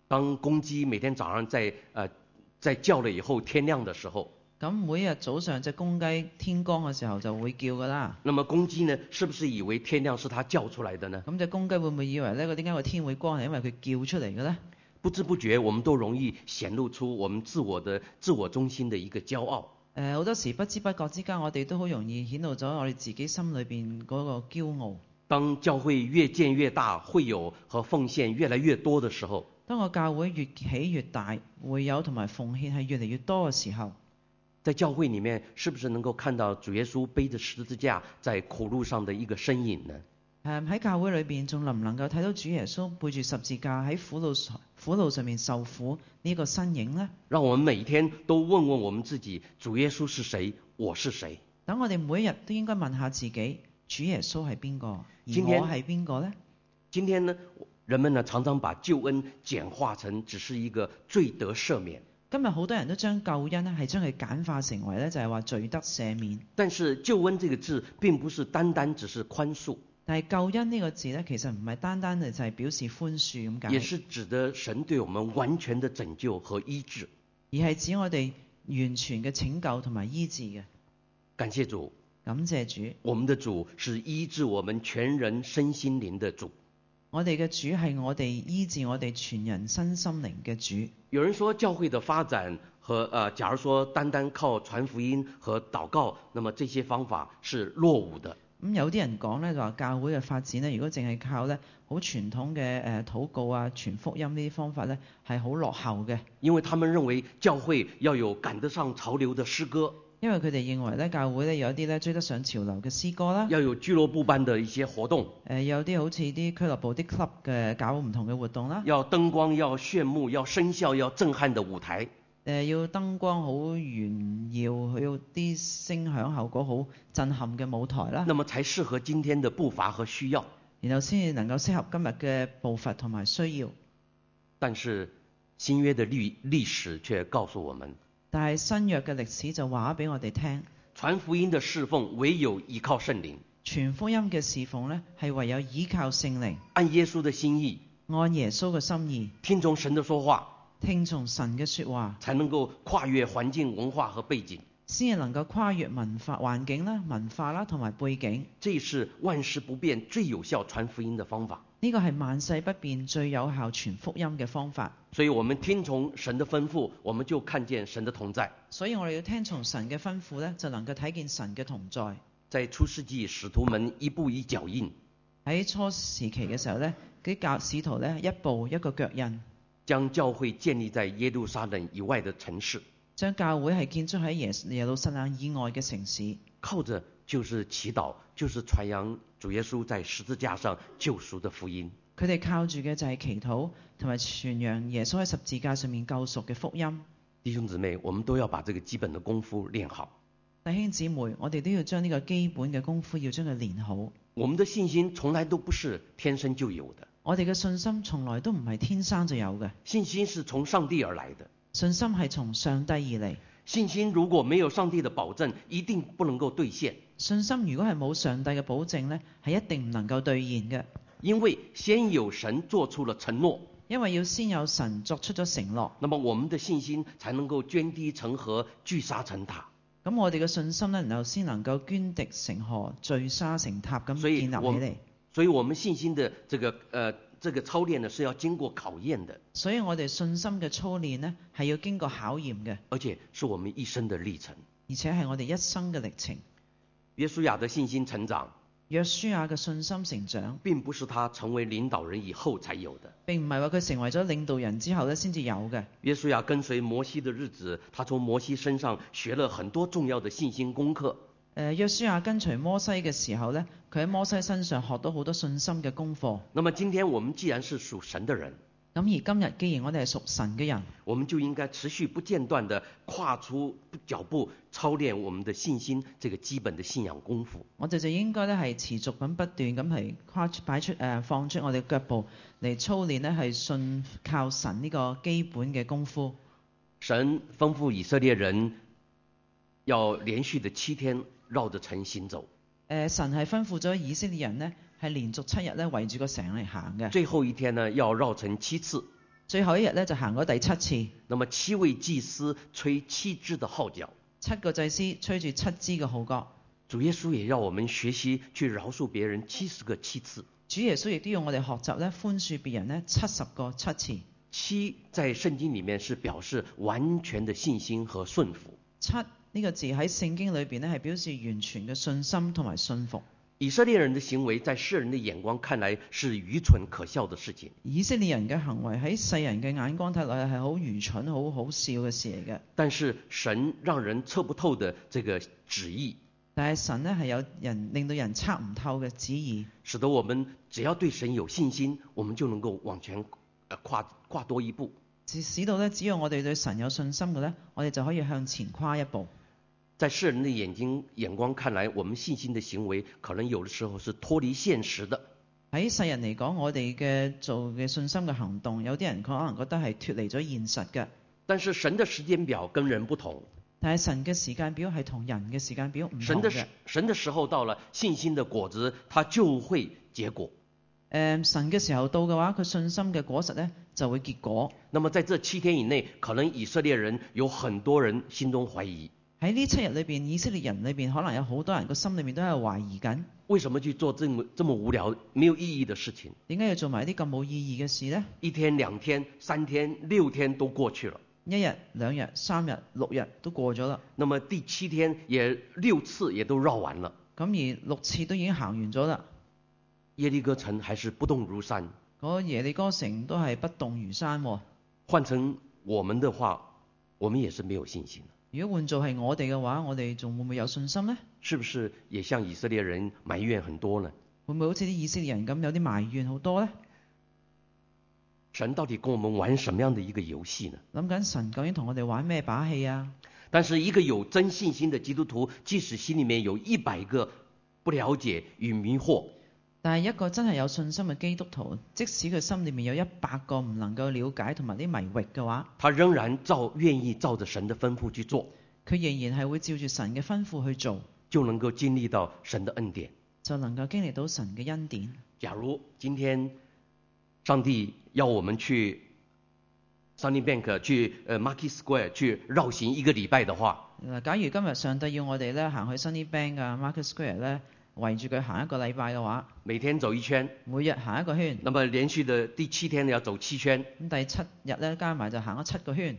Speaker 1: 当公鸡每天早上在呃在叫了以后，天亮的时候，
Speaker 2: 咁每日早上只公雞天光嘅時候就會叫㗎啦。
Speaker 1: 那么公鸡呢，是不是以为天亮是它叫出來的呢？
Speaker 2: 啊咁只公雞會唔會以為呢？佢點解個天會光係因為佢叫出嚟嘅呢？
Speaker 1: 不知不觉，我们都容易显露出我们自我的自我中心的一个骄傲。
Speaker 2: 誒、好多時不知不覺之間，我哋都好容易顯露咗我哋自己心裏邊嗰個驕傲。
Speaker 1: 当教会越建越大，会有和奉献越来越多的时候，
Speaker 2: 當個教會越起越大，會有同埋奉獻係越嚟越多嘅時候，
Speaker 1: 在教会里面是不是能够看到主耶穌背着十字架在苦路上的一个身影呢？
Speaker 2: 誒喺教會裏邊仲能唔能夠睇到主耶穌背住十字架喺苦路上苦路上面受苦呢個身影呢？
Speaker 1: 让我们每一天都问问我们自己：主耶穌是谁？我是谁？
Speaker 2: 等我哋每一日都應該問下自己，主耶穌係邊個，而
Speaker 1: 今天
Speaker 2: 我係邊個呢？
Speaker 1: 今天呢，人们呢常常把救恩简化成只是一个罪得赦免，
Speaker 2: 今日好多人都將救恩咧係將佢簡化成為咧就係話罪得赦免，
Speaker 1: 但是救恩这个字并不是单单只是宽恕，
Speaker 2: 但係救恩呢個字咧其實唔係單單係就係表示寬恕咁
Speaker 1: 也
Speaker 2: 解，
Speaker 1: 是指的神对我们完全的拯救和医治。
Speaker 2: 而係指我哋完全嘅拯救同埋醫治嘅。
Speaker 1: 感谢主，
Speaker 2: 感謝主，
Speaker 1: 我们的主是医治我们全人身心灵的主。
Speaker 2: 我哋嘅主係我哋醫治我哋全人身心靈嘅主。
Speaker 1: 有人说，教会的发展和呃，假如说单单靠传福音和祷告，那么这些方法是落伍的。
Speaker 2: 咁有啲人講咧就話教會嘅發展咧，如果淨係靠咧好傳統嘅誒禱告啊、傳福音呢啲方法咧，係好落後嘅，
Speaker 1: 因为他们认为教会要有赶得上潮流的诗歌，
Speaker 2: 因為佢哋認為咧教會咧有一啲咧追得上潮流嘅詩歌啦，誒、
Speaker 1: 要有俱乐部般的一些活动，
Speaker 2: 有啲好似啲俱樂部、啲 club 嘅搞唔同嘅活動啦，誒、
Speaker 1: 要灯光，要炫目，要声效，要震撼的舞台。
Speaker 2: 呃要燈光好炫耀，要啲聲響效果好震撼嘅舞台啦，
Speaker 1: 那么才适合今天的步伐和需要。
Speaker 2: 然後先至能夠適合今日嘅步伐同埋需要。
Speaker 1: 但是新约的历历史却告诉我们，
Speaker 2: 但係新約嘅歷史就話俾我哋聽，
Speaker 1: 传福音的侍奉唯有依靠圣灵，
Speaker 2: 全福音嘅侍奉呢係唯有依靠聖靈，
Speaker 1: 按耶稣的心意，
Speaker 2: 按耶穌嘅心意，
Speaker 1: 听从神的说话，
Speaker 2: 聽從神嘅説話，
Speaker 1: 才能够跨越环境、文化和背景。
Speaker 2: 先至能夠跨越文化環境啦、文化啦同埋背景。
Speaker 1: 这是万事不变最有效传福音的方法。
Speaker 2: 呢個係萬世不變最有效傳福音嘅方法。
Speaker 1: 所以我们听从神的吩咐，我们就看见神的同在。
Speaker 2: 所以我哋要聽從神嘅吩咐呢，就能夠睇見神嘅同在。
Speaker 1: 在出世纪，使徒们一步一脚印，
Speaker 2: 喺初時期嘅時候呢，啲教使徒呢一步一個腳印，
Speaker 1: 将教会建立在耶路撒冷以外的城市，
Speaker 2: 將教會係建築喺耶耶路撒冷以外嘅城市。
Speaker 1: 靠着就是祈祷，就是传扬主耶稣在十字架上救赎的福音。
Speaker 2: 佢哋靠住嘅就係祈禱同埋傳揚耶穌喺十字架上面救贖嘅福音。
Speaker 1: 弟兄姊妹，我们都要把这个基本的功夫练好。
Speaker 2: 弟兄姊妹，我哋都要將呢個基本嘅功夫要將佢練好。
Speaker 1: 我们的信心从来都不是天生就有的，
Speaker 2: 我哋嘅信心從來都唔係天生就有嘅，
Speaker 1: 信心是从上帝而来的。
Speaker 2: 信心係從上帝而嚟。
Speaker 1: 信心如果没有上帝的保证，一定不能够兑现，
Speaker 2: 信心如果係冇上帝嘅保證呢，係一定唔能夠兌現嘅，
Speaker 1: 因为先有神做出了承诺，
Speaker 2: 因為要先有神作出咗承諾，
Speaker 1: 那么我们的信心才能够涓滴成河，聚沙成塔。
Speaker 2: 咁我哋嘅信心呢，然後先能夠捐滴成河、聚沙成塔咁
Speaker 1: 所以
Speaker 2: 建立起
Speaker 1: 我
Speaker 2: 嚟。
Speaker 1: 所以，我们信心的这个呃这个操练呢，是要经过考验的，
Speaker 2: 所以我哋信心嘅操練呢，係要經過考驗嘅。
Speaker 1: 而且是我们一生的历程。
Speaker 2: 而且係我哋一生嘅歷程。
Speaker 1: 约书亚的信心成长，
Speaker 2: 約書亞嘅信心成長，
Speaker 1: 并不是他成为领導人以后才有的。
Speaker 2: 並唔係話佢成為咗領導人之後咧先至有嘅。
Speaker 1: 约书亚跟随摩西的日子，他从摩西身上学了很多重要的信心功课。
Speaker 2: 誒約書亞跟隨摩西嘅時候呢，佢喺摩西身上學到好多信心嘅功課。
Speaker 1: 那么，今天我们既然是属神的人，
Speaker 2: 咁而今日既然我哋係屬神嘅人，
Speaker 1: 我们就应该持续不间断地跨出脚步，操练我们的信心这个基本的信仰功夫。
Speaker 2: 我哋就應該咧係持續咁不斷咁係跨出擺出誒、呃放出我哋嘅腳步嚟操練呢係信靠神呢個基本嘅功夫。
Speaker 1: 神吩咐以色列人要连续的七天绕着城行走。
Speaker 2: 誒呃神係吩咐咗以色列人呢，係連續七日咧圍住個城嚟行嘅，
Speaker 1: 最後一天呢，要绕城七次。
Speaker 2: 最後一日咧就行咗第七次，
Speaker 1: 那么七位祭司吹七支的号角。
Speaker 2: 七個祭司吹住七支嘅號角。
Speaker 1: 主耶稣也让我们学习去饶恕别人七十个七次。
Speaker 2: 主耶穌亦都要我哋學習咧寬恕別人咧七十個七次。
Speaker 1: 七在圣经里面是表示完全的信心和顺服。
Speaker 2: 七呢個字喺聖經裏邊咧係表示完全嘅信心同埋信服。
Speaker 1: 以色列人的行为在世人的眼光看来是愚蠢可笑的事情，
Speaker 2: 以色列人嘅行為喺世人嘅眼光睇落去係好愚蠢、好好笑嘅事嚟嘅。
Speaker 1: 但是神让人测不透的这个旨意，
Speaker 2: 但係神呢係有人令到人測唔透嘅旨意，
Speaker 1: 使得我们只要对神有信心，我们就能够往前呃跨跨多一步。
Speaker 2: 使使到呢，只要我哋對神有信心嘅呢，我哋就可以向前跨一步。
Speaker 1: 在世人的眼睛眼光看来，我们信心的行为可能有的时候是脱离现实的。
Speaker 2: 喺世人嚟講，我哋嘅做嘅信心嘅行動，有啲人可能覺得係脱離咗現實嘅。
Speaker 1: 但是神的时间表跟人不同，
Speaker 2: 但係神嘅時間表係同人嘅時間表唔同
Speaker 1: 神的
Speaker 2: 嘅。
Speaker 1: 时神的时候到了，信心的果子它就会结果。
Speaker 2: 誒、神嘅時候到嘅話，佢信心嘅果實呢就會結果。
Speaker 1: 那么在这七天以内，可能以色列人有很多人心中怀疑，
Speaker 2: 喺呢七日裏邊，以色列人裏邊可能有好多人個心裏面都係懷疑緊，
Speaker 1: 为什么去做这么这么无聊、没有意义的事情？
Speaker 2: 點解要做埋啲咁冇意義嘅事呢？
Speaker 1: 一天、两天、三天、六天都过去了，
Speaker 2: 一日、兩日、三日、六日都過咗啦，
Speaker 1: 那么第七天也六次也都绕完了，
Speaker 2: 咁而六次都已經行完咗啦。
Speaker 1: 耶利哥城还是不动如山。
Speaker 2: 嗰個耶利哥城都係不動如山喎。
Speaker 1: 换成我们的话，我们也是没有信心的，
Speaker 2: 如果換做係我哋嘅話，我哋仲會唔會有信心呢？
Speaker 1: 是不是也像以色列人埋怨很多呢？
Speaker 2: 會唔會好似啲以色列人咁有啲埋怨好多呢？
Speaker 1: 神到底跟我们玩什么样的一个游戏呢？
Speaker 2: 諗緊神究竟同我哋玩咩把戲啊？
Speaker 1: 但是，一个有真信心的基督徒，即使心里面有一百个不了解与迷惑，
Speaker 2: 但係一個真係有信心嘅基督徒，即使佢心裏面有一百個唔能夠了解同埋啲迷域嘅話，
Speaker 1: 他仍然照愿意照着神的吩咐去做，
Speaker 2: 佢仍然係會照住神嘅吩咐去做，
Speaker 1: 就能夠经历到神的恩典。
Speaker 2: 就能夠經歷到神嘅恩典。
Speaker 1: 假如今天上帝要我们去 Sunny Bank 去呃 Market Square 去绕行一个礼拜的话，
Speaker 2: 嗱，呃假如今日上帝要我哋咧行去 Sunny Bank 啊 Market Square 咧，圍住佢行一個禮拜嘅話，
Speaker 1: 每天走一圈，
Speaker 2: 每日行一個圈，
Speaker 1: 那么连续的第七天要走七圈，
Speaker 2: 咁第七日咧加埋就行咗七個圈，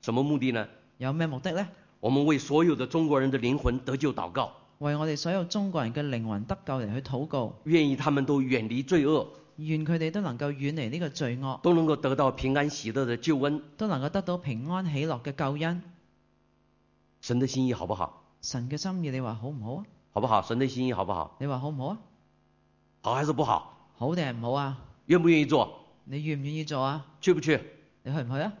Speaker 1: 什么目的呢？
Speaker 2: 有咩目的呢？
Speaker 1: 我们为所有的中国人的灵魂得救祷告，
Speaker 2: 為我哋所有中國人嘅靈魂得救嚟去禱告，
Speaker 1: 愿意他们都远离罪恶，
Speaker 2: 願佢哋都能夠遠離呢個罪惡，
Speaker 1: 啊都能够得到平安喜乐的救恩。
Speaker 2: 都能夠得到平安喜樂嘅救恩。
Speaker 1: 神的心意好不好？
Speaker 2: 神嘅心意，你話好唔好啊？
Speaker 1: 好不好？神的心意好不好？
Speaker 2: 你話好唔好啊？
Speaker 1: 好还是不好？
Speaker 2: 好定係唔好啊？
Speaker 1: 愿不愿意做？
Speaker 2: 你願唔願意做啊？
Speaker 1: 去不去？
Speaker 2: 你去唔去啊？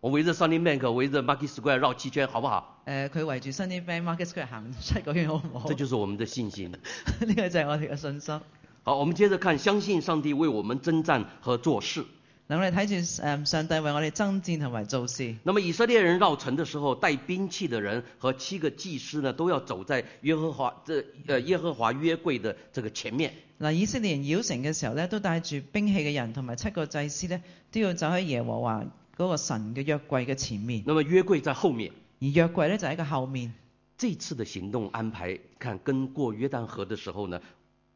Speaker 1: 我围着 Sunny Bank，围着 Market Square 绕七圈，好不好？
Speaker 2: 誒、呃佢圍住 Sunny Bank Market Square 行七個圈好唔好？
Speaker 1: 这
Speaker 2: 呢
Speaker 1: 就是我们的信心。
Speaker 2: 個就係我哋嘅信心。
Speaker 1: 好，我们接着看，相信上帝为我们征战和做事。
Speaker 2: 嗱，我哋睇住誒上帝為我哋爭戰同埋做事。
Speaker 1: 那么以色列人绕城的时候，带兵器的人和七个祭司呢，都要走在耶和华这呃耶和华约柜的这个前面。
Speaker 2: 嗱，以色列人繞城嘅時候咧，都帶住兵器嘅人同埋七個祭司咧，都要走喺耶和華嗰個神嘅約櫃嘅前面，
Speaker 1: 那么约柜在后面。
Speaker 2: 而約櫃咧就喺個後面。
Speaker 1: 这次的行动安排，看跟过约旦河的时候呢，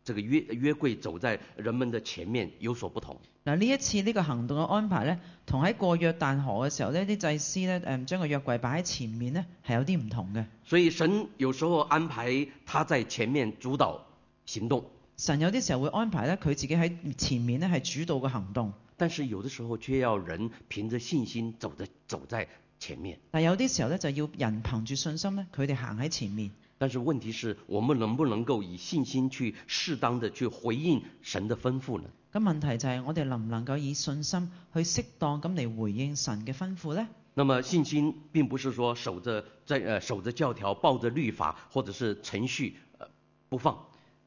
Speaker 1: 这个约约柜走在人们的前面有所不同。
Speaker 2: 嗱，呢一次呢個行動嘅安排咧，同喺過約旦河嘅時候呢啲祭司咧誒將個約櫃擺喺前面咧，係有啲唔同嘅。
Speaker 1: 所以神有时候安排他在前面主导行动，
Speaker 2: 神有啲時候會安排咧，佢自己喺前面咧係主導嘅行動，
Speaker 1: 但是有的时候却要人凭着信心走着走在前面。
Speaker 2: 但有啲時候咧就要人憑住信心咧，佢哋行喺前面。
Speaker 1: 但是问题是我们能不能够以信心去适当的去回应神的吩咐呢？
Speaker 2: 咁問題就係我哋能唔能夠以信心去適當咁嚟回應神嘅吩咐呢？
Speaker 1: 那么信心并不是说守着在呃守着教条、抱着律法或者是程序呃不放，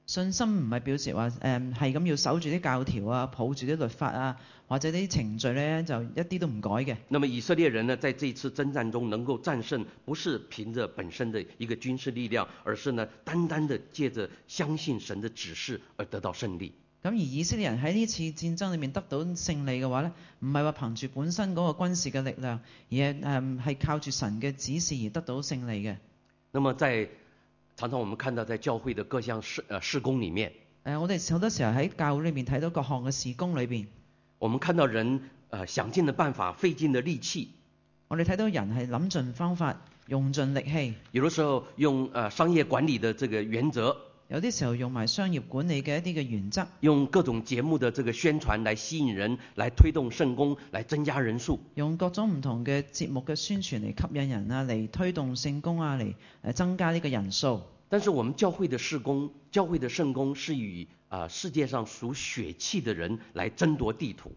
Speaker 2: 信心唔係表示話誒係咁要守住啲教條啊，抱住啲律法啊，或者啲程序咧就一啲都唔改嘅。
Speaker 1: 那么以色列人呢，在这次征战中能够战胜，不是凭着本身的一个军事力量，而是呢，单单的借着相信神的指示而得到胜利。
Speaker 2: 咁而以色列人喺呢次戰爭裏面得到勝利嘅話呢唔係話憑住本身嗰個軍事嘅力量，而係誒係靠住神嘅指示而得到勝利嘅。誒、
Speaker 1: 那么在常常我们看到，在教会的各项事呃事工里面，
Speaker 2: 我哋好多時候喺教會裏面睇到各項嘅事工裏邊，
Speaker 1: 我们看到人呃想尽了办法，费尽了力气，
Speaker 2: 我哋睇到人係諗盡方法，用盡力氣，
Speaker 1: 有的时候用呃商业管理的这个原则，
Speaker 2: 有啲時候用埋商業管理嘅一啲嘅原則，
Speaker 1: 用各种节目的这个宣传来吸引人，来推动圣功，来增加人数。
Speaker 2: 用各種唔同嘅節目嘅宣傳嚟吸引人啊，嚟推動聖工啊，嚟誒增加呢個人數。
Speaker 1: 但是我们教会的事工，教会的圣公是与啊、呃世界上属血气的人来争夺地土。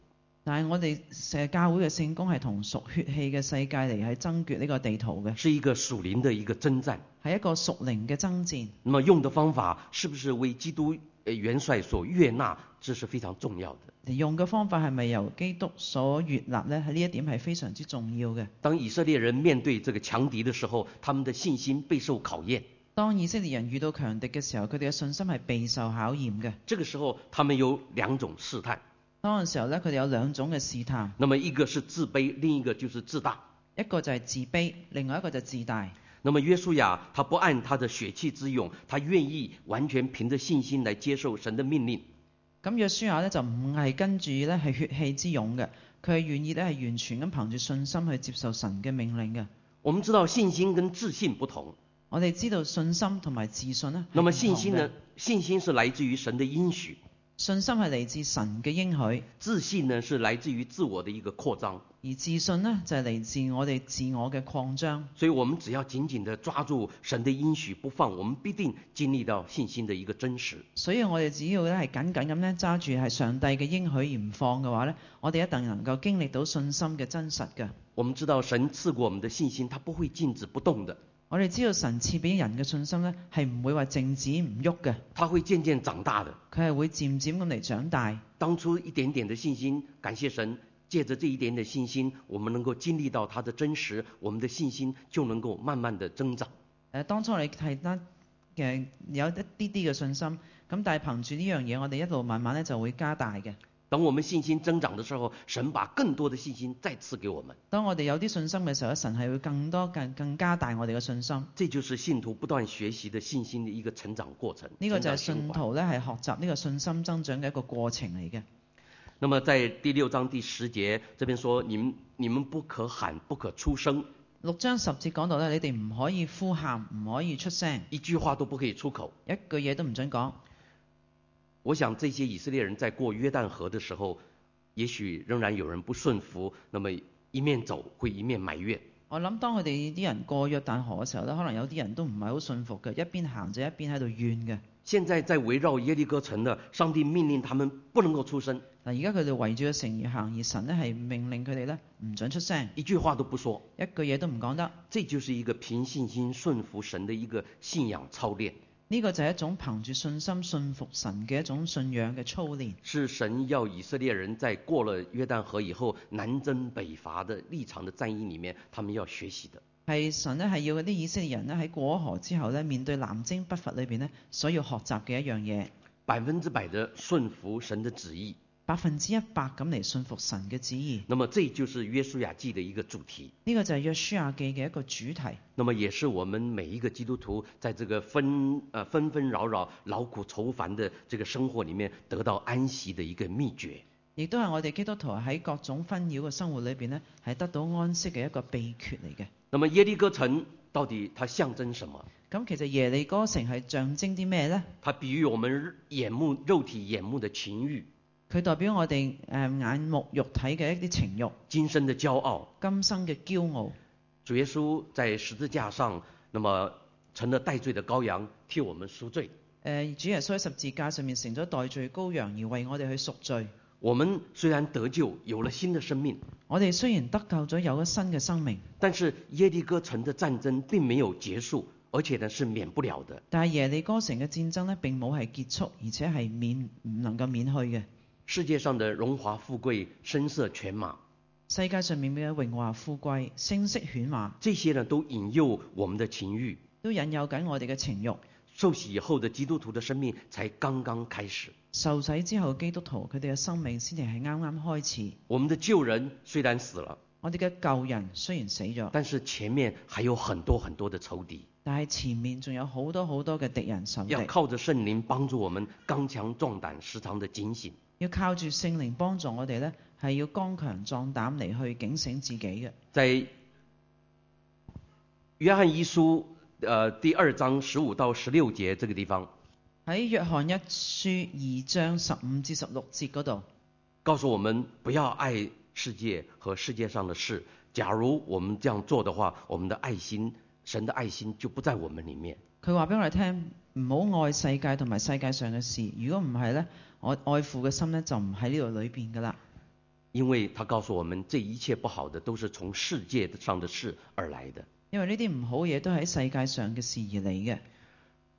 Speaker 2: 但係我哋社教會嘅聖工係同屬血氣嘅世界嚟係爭奪呢個地圖嘅，
Speaker 1: 是一个属灵的一个征战。
Speaker 2: 係一個屬靈嘅爭戰。
Speaker 1: 那么用的方法是不是为基督呃元帅所悦纳，这是非常重要的。
Speaker 2: 用嘅方法係咪由基督所越納呢？喺呢一點係非常之重要嘅。
Speaker 1: 当以色列人面对这个强敌的时候，他们的信心备受考验。
Speaker 2: 當以色列人遇到強敵嘅時候，佢哋嘅信心係備受考驗嘅。
Speaker 1: 这个时候，他们有两种试探，
Speaker 2: 當嘅時候呢，佢哋有兩種嘅試探，
Speaker 1: 那么一个是自卑，另一个就是自大。
Speaker 2: 一個就係自卑，另外一個就係自大。
Speaker 1: 那么约书亚他不按他的血气之勇，他愿意完全凭着信心来接受神的命令。
Speaker 2: 咁約書亞呢，就唔係跟住呢係血氣之勇嘅，佢係願意呢係完全咁憑住信心去接受神嘅命令嘅。
Speaker 1: 我们知道信心跟自信不同，
Speaker 2: 我哋知道信心同埋自信呢，
Speaker 1: 那么
Speaker 2: 係唔
Speaker 1: 信
Speaker 2: 同
Speaker 1: 心
Speaker 2: 嘅
Speaker 1: 呢？信心是来自于神的应许，
Speaker 2: 信心係嚟自神嘅應許，
Speaker 1: 自信呢是来自于自我的一个扩张。
Speaker 2: 而自信呢，就係嚟自我哋自我嘅擴張。
Speaker 1: 所以，我们只要紧紧地抓住神的应许不放，我们必定经历到信心的一个真实。
Speaker 2: 所以我哋只要咧係緊緊咁咧揸住係上帝嘅應許而唔放嘅話呢，我哋一定能夠經歷到信心嘅真實嘅。
Speaker 1: 我们知道神赐过我们的信心，他不会静止不动的，
Speaker 2: 我哋知道神賜俾人嘅信心呢，係唔會話靜止唔喐嘅，
Speaker 1: 他会渐渐长大的。
Speaker 2: 佢係會漸漸咁嚟長大。
Speaker 1: 当初一点点的信心，感谢神，借着这一点点信心，我们能够经历到他的真实，我们的信心就能够慢慢的增长。
Speaker 2: 誒，當呃初我哋係得嘅有一啲啲嘅信心，咁但係憑住呢樣嘢，我哋一路慢慢咧就會加大嘅。
Speaker 1: 等我们信心增长的时候，神把更多的信心再赐给我们，
Speaker 2: 當我哋有啲信心嘅時候，神係會更多更更加大我哋嘅信心。
Speaker 1: 这就是信徒不断学习的信心的一个成长过程。
Speaker 2: 呢、個就
Speaker 1: 成长
Speaker 2: 係
Speaker 1: 循
Speaker 2: 信
Speaker 1: 环。
Speaker 2: 徒咧係學習呢個信心增長嘅一個過程嚟嘅。
Speaker 1: 那么在第六章第十节这边说，你们你们不可喊，不可出声，
Speaker 2: 六章十節講到咧，你哋唔可以呼喊，唔可以出聲，
Speaker 1: 一句话都不可以出口。
Speaker 2: 一句嘢都唔准講。
Speaker 1: 我想这些以色列人在过约旦河的时候，也许仍然有人不顺服，那么一面走会一面埋怨。
Speaker 2: 我諗當佢哋啲人過約旦河嘅時候咧，可能有啲人都唔係好信服嘅，一邊行就一邊喺度怨嘅。
Speaker 1: 现在在围绕耶利哥城的，上帝命令他们不能够出声，
Speaker 2: 嗱，而家佢哋圍住個城而行，而神咧係命令佢哋咧唔准出聲，
Speaker 1: 一句话都不说。
Speaker 2: 一句嘢都唔講得。
Speaker 1: 这就是一个凭信心顺服神的一个信仰操练，
Speaker 2: 呢、個就係一種憑住信心信服神嘅一種信仰嘅操練，
Speaker 1: 是神要以色列人在过了约旦河以后南征北伐的立场的战役里面，他们要学习的。
Speaker 2: 係神咧係要嗰啲以色列人咧喺過河之後咧面對南征北伐裏邊咧所要學習嘅一樣嘢，
Speaker 1: 百分之百的顺服神的旨意。
Speaker 2: 百分之一百咁嚟信服神嘅旨意。
Speaker 1: 那么这就是约书亚记的一个主题，
Speaker 2: 呢、個就係約書亞記嘅一個主題，
Speaker 1: 那么也是我们每一个基督徒在这个纷呃纷纷扰扰、劳苦愁烦的这个生活里面得到安息的一个秘诀。
Speaker 2: 亦都係我哋基督徒喺各種紛擾嘅生活裏邊咧係得到安息嘅一個秘訣嚟嘅。
Speaker 1: 那么耶利哥城到底它象征什么？
Speaker 2: 咁其實耶利哥城係象徵啲咩呢？
Speaker 1: 它比喻我们眼目肉体眼目的情欲、
Speaker 2: 佢代表我哋誒、呃眼目肉體嘅一啲情慾、
Speaker 1: 今生的骄傲。
Speaker 2: 今生嘅驕傲。
Speaker 1: 主耶稣在十字架上，那么成了代罪的羔羊，替我们赎罪。
Speaker 2: 誒、呃主耶穌喺十字架上面成咗代罪羔羊，而為我哋去贖罪。
Speaker 1: 我们虽然得救，有了新的生命。
Speaker 2: 我哋雖然得救咗，有咗新嘅生命，
Speaker 1: 但是耶利哥城的战争并没有结束，而且呢是免不了的。
Speaker 2: 但係耶利哥城嘅戰爭呢，並冇係結束，而且係免唔能夠免去嘅。
Speaker 1: 世界上的荣华富贵、声色犬马，
Speaker 2: 世界上面嘅榮華富貴、聲色犬馬，
Speaker 1: 这些呢都引诱我们的情欲。
Speaker 2: 都引誘緊我哋嘅情慾。
Speaker 1: 受洗以后的基督徒的生命才刚刚开始。
Speaker 2: 受洗之後，基督徒佢哋嘅生命先至係啱啱開始。
Speaker 1: 我们的旧人虽然死了，
Speaker 2: 我哋嘅舊人雖然死咗，
Speaker 1: 但是前面还有很多很多的仇敌，
Speaker 2: 但係前面仲有好多好多嘅敵人仇
Speaker 1: 要
Speaker 2: 敵，
Speaker 1: 靠着圣灵帮助我们刚强壮胆，时常的警醒。
Speaker 2: 要靠住聖靈幫助我哋呢，係要剛強壯膽嚟去警醒自己嘅。
Speaker 1: 在约翰一书呃第二章十五到十六节这个地方，
Speaker 2: 喺約翰一書二章十五至十六節嗰度，
Speaker 1: 告诉我们不要爱世界和世界上的事。假如我们这样做的话，我们的爱心，神的爱心就不在我们里面。
Speaker 2: 佢話俾我哋聽：唔好愛世界同埋世界上嘅事。如果唔係呢，我愛父嘅心呢就唔喺呢度裏邊㗎啦。
Speaker 1: 因为他告诉我们，这一切不好的都是从世界上的事而来的。
Speaker 2: 因為呢啲唔好嘢都喺世界上嘅事而嚟嘅。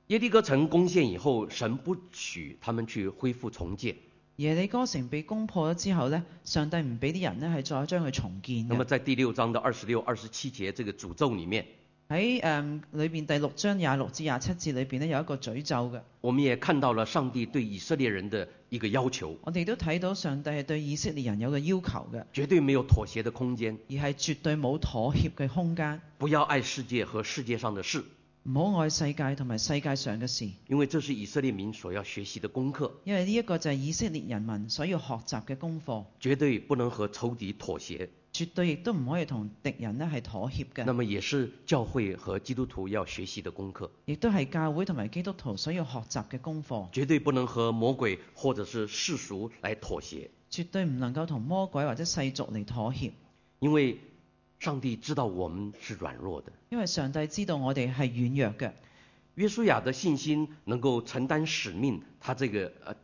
Speaker 1: 耶利哥城攻陷以后，神不许他们去恢复重建。
Speaker 2: 耶利哥城被攻破咗之後呢，上帝唔俾啲人呢係再將佢重建
Speaker 1: 那么
Speaker 2: 嘅。
Speaker 1: 在第六章的二十六、二十七节这个诅咒里面，
Speaker 2: 喺誒裏邊第六章廿六至廿七節裏邊呢，有一個詛咒嘅。
Speaker 1: 我们也看到了上帝对以色列人的一个要求，
Speaker 2: 我哋都睇到上帝係對以色列人有個要求嘅，
Speaker 1: 绝对没有妥协的空间。
Speaker 2: 而係絕對冇妥協嘅空間。
Speaker 1: 不要爱世界和世界上的事，
Speaker 2: 唔好愛世界同埋世界上嘅事，
Speaker 1: 因为这是以色列民所要学习的功课，
Speaker 2: 因為呢一個就係以色列人民所要學習嘅功課，
Speaker 1: 绝对不能和仇敌妥协。
Speaker 2: 絕對亦都唔可以同敵人呢係妥協
Speaker 1: 那
Speaker 2: 嘅，
Speaker 1: 么也是教会和基督徒要学习的功课，
Speaker 2: 亦都係教會同埋基督徒所要學習嘅功課，
Speaker 1: 绝对不能和魔鬼或者是世俗来妥协，
Speaker 2: 絕對唔能夠同魔鬼或者世俗嚟妥協，
Speaker 1: 因为上帝知道我们是软弱的。
Speaker 2: 因為上帝知道我哋係軟弱嘅。
Speaker 1: 约书亚的信心能够承担使命，他这个呃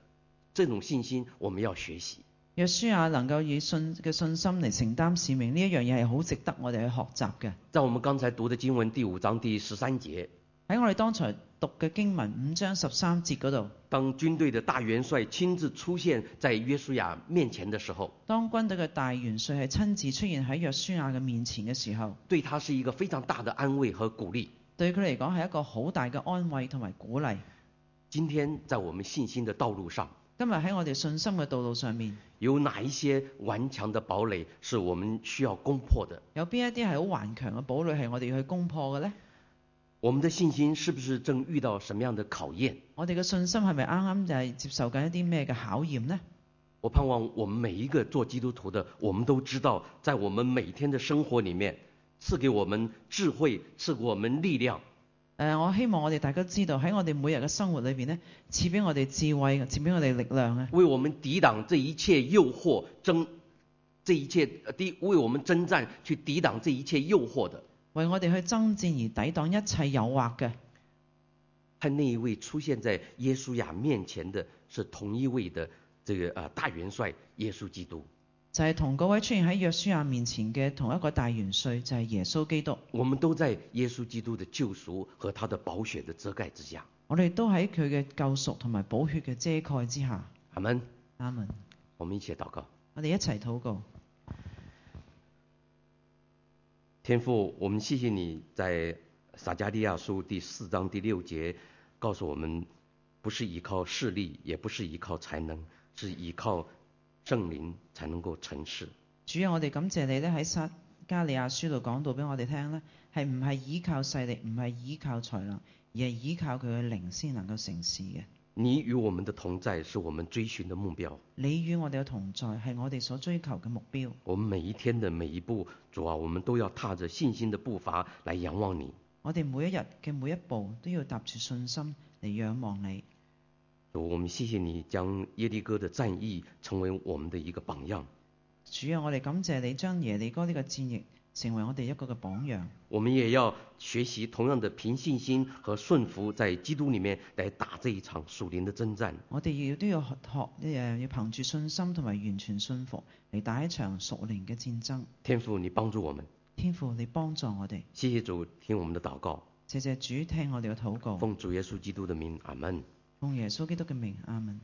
Speaker 1: 这种信心我们要学习。
Speaker 2: 約書亞能夠以信嘅信心嚟承擔使命，呢一樣嘢係好值得我哋去學習嘅。
Speaker 1: 在我们刚才读的经文第五章第十三节，
Speaker 2: 喺我哋當才讀嘅經文五章十三節嗰度，
Speaker 1: 当军队的大元帅亲自出现在约书亚面前的时候，
Speaker 2: 當軍隊嘅大元帥係親自出現喺約書亞嘅面前嘅時候，
Speaker 1: 对他是一个非常大的安慰和鼓励。
Speaker 2: 對佢嚟講係一個好大嘅安慰同埋鼓勵。
Speaker 1: 今天在我们信心的道路上，
Speaker 2: 今日喺我哋信心嘅道路上面，
Speaker 1: 有哪一些顽强的堡垒是我们需要攻破的？
Speaker 2: 有邊一啲係好頑強嘅堡壘係我哋要去攻破嘅呢？
Speaker 1: 我们的信心是不是正遇到什么样的考验？
Speaker 2: 我哋嘅信心係咪啱啱就係接受緊一啲咩嘅考驗呢？
Speaker 1: 我盼望我们每一个做基督徒的，我们都知道，在我们每天的生活里面，赐给我们智慧，赐给我们力量，
Speaker 2: 誒、呃我希望我哋大家知道喺我哋每日嘅生活裏邊呢，賜俾我哋智慧，賜俾我哋力量啊，
Speaker 1: 为我们抵挡这一切诱惑，争这一切呃抵为我们征战，去抵挡这一切诱惑的。
Speaker 2: 為我哋去爭戰而抵擋一切誘惑嘅。
Speaker 1: 和那一位出现在耶稣亚面前的是同一位的这个呃大元帅耶稣基督。
Speaker 2: 就係同嗰位出現喺約書亞面前嘅同一個大元帥，就係、耶穌基督。
Speaker 1: 我们都在耶稣基督的救赎和他的宝血的遮盖之下。
Speaker 2: 我哋都喺佢嘅救贖同埋寶血嘅遮蓋之下。
Speaker 1: 阿门。
Speaker 2: 阿門。
Speaker 1: 我们一起祷告。
Speaker 2: 我哋一齊禱告。
Speaker 1: 天父，我们谢谢你在撒加利亚书第四章第六节告诉我们，不是依靠势力，也不是依靠才能，是依靠圣灵才能够成事。
Speaker 2: 主啊，我哋感謝你咧喺撒加利亞書度講到俾我哋聽咧，係唔係依靠勢力，唔係依靠才能，而係依靠佢嘅靈先能夠成事嘅。
Speaker 1: 你与我们的同在是我们追寻的目标。
Speaker 2: 你與我哋嘅同在係我哋所追求嘅目標。
Speaker 1: 我们每一天的每一步，主啊，我们都要踏着信心的步伐来仰望你。
Speaker 2: 我哋每一日嘅每一步都要踏住信心嚟仰望你。
Speaker 1: 主，我们谢谢你将耶利哥的战役成为我们的一个榜样。
Speaker 2: 主啊，我哋感謝你將耶利哥呢個戰役成為我哋一個嘅榜樣。
Speaker 1: 我们也要学习同样的凭信心和顺服，在基督里面来打这一场属灵的征战。
Speaker 2: 我哋亦都要學學誒，要憑住信心同埋完全信服嚟打一場屬靈嘅戰爭。
Speaker 1: 天父，你帮助我们，
Speaker 2: 天父，你幫助我哋，
Speaker 1: 谢谢主，听我们的祷告，謝謝主聽我哋嘅禱告，
Speaker 2: 奉主耶稣基督的名，阿门。Oh,
Speaker 1: 奉耶穌基督嘅名，阿門。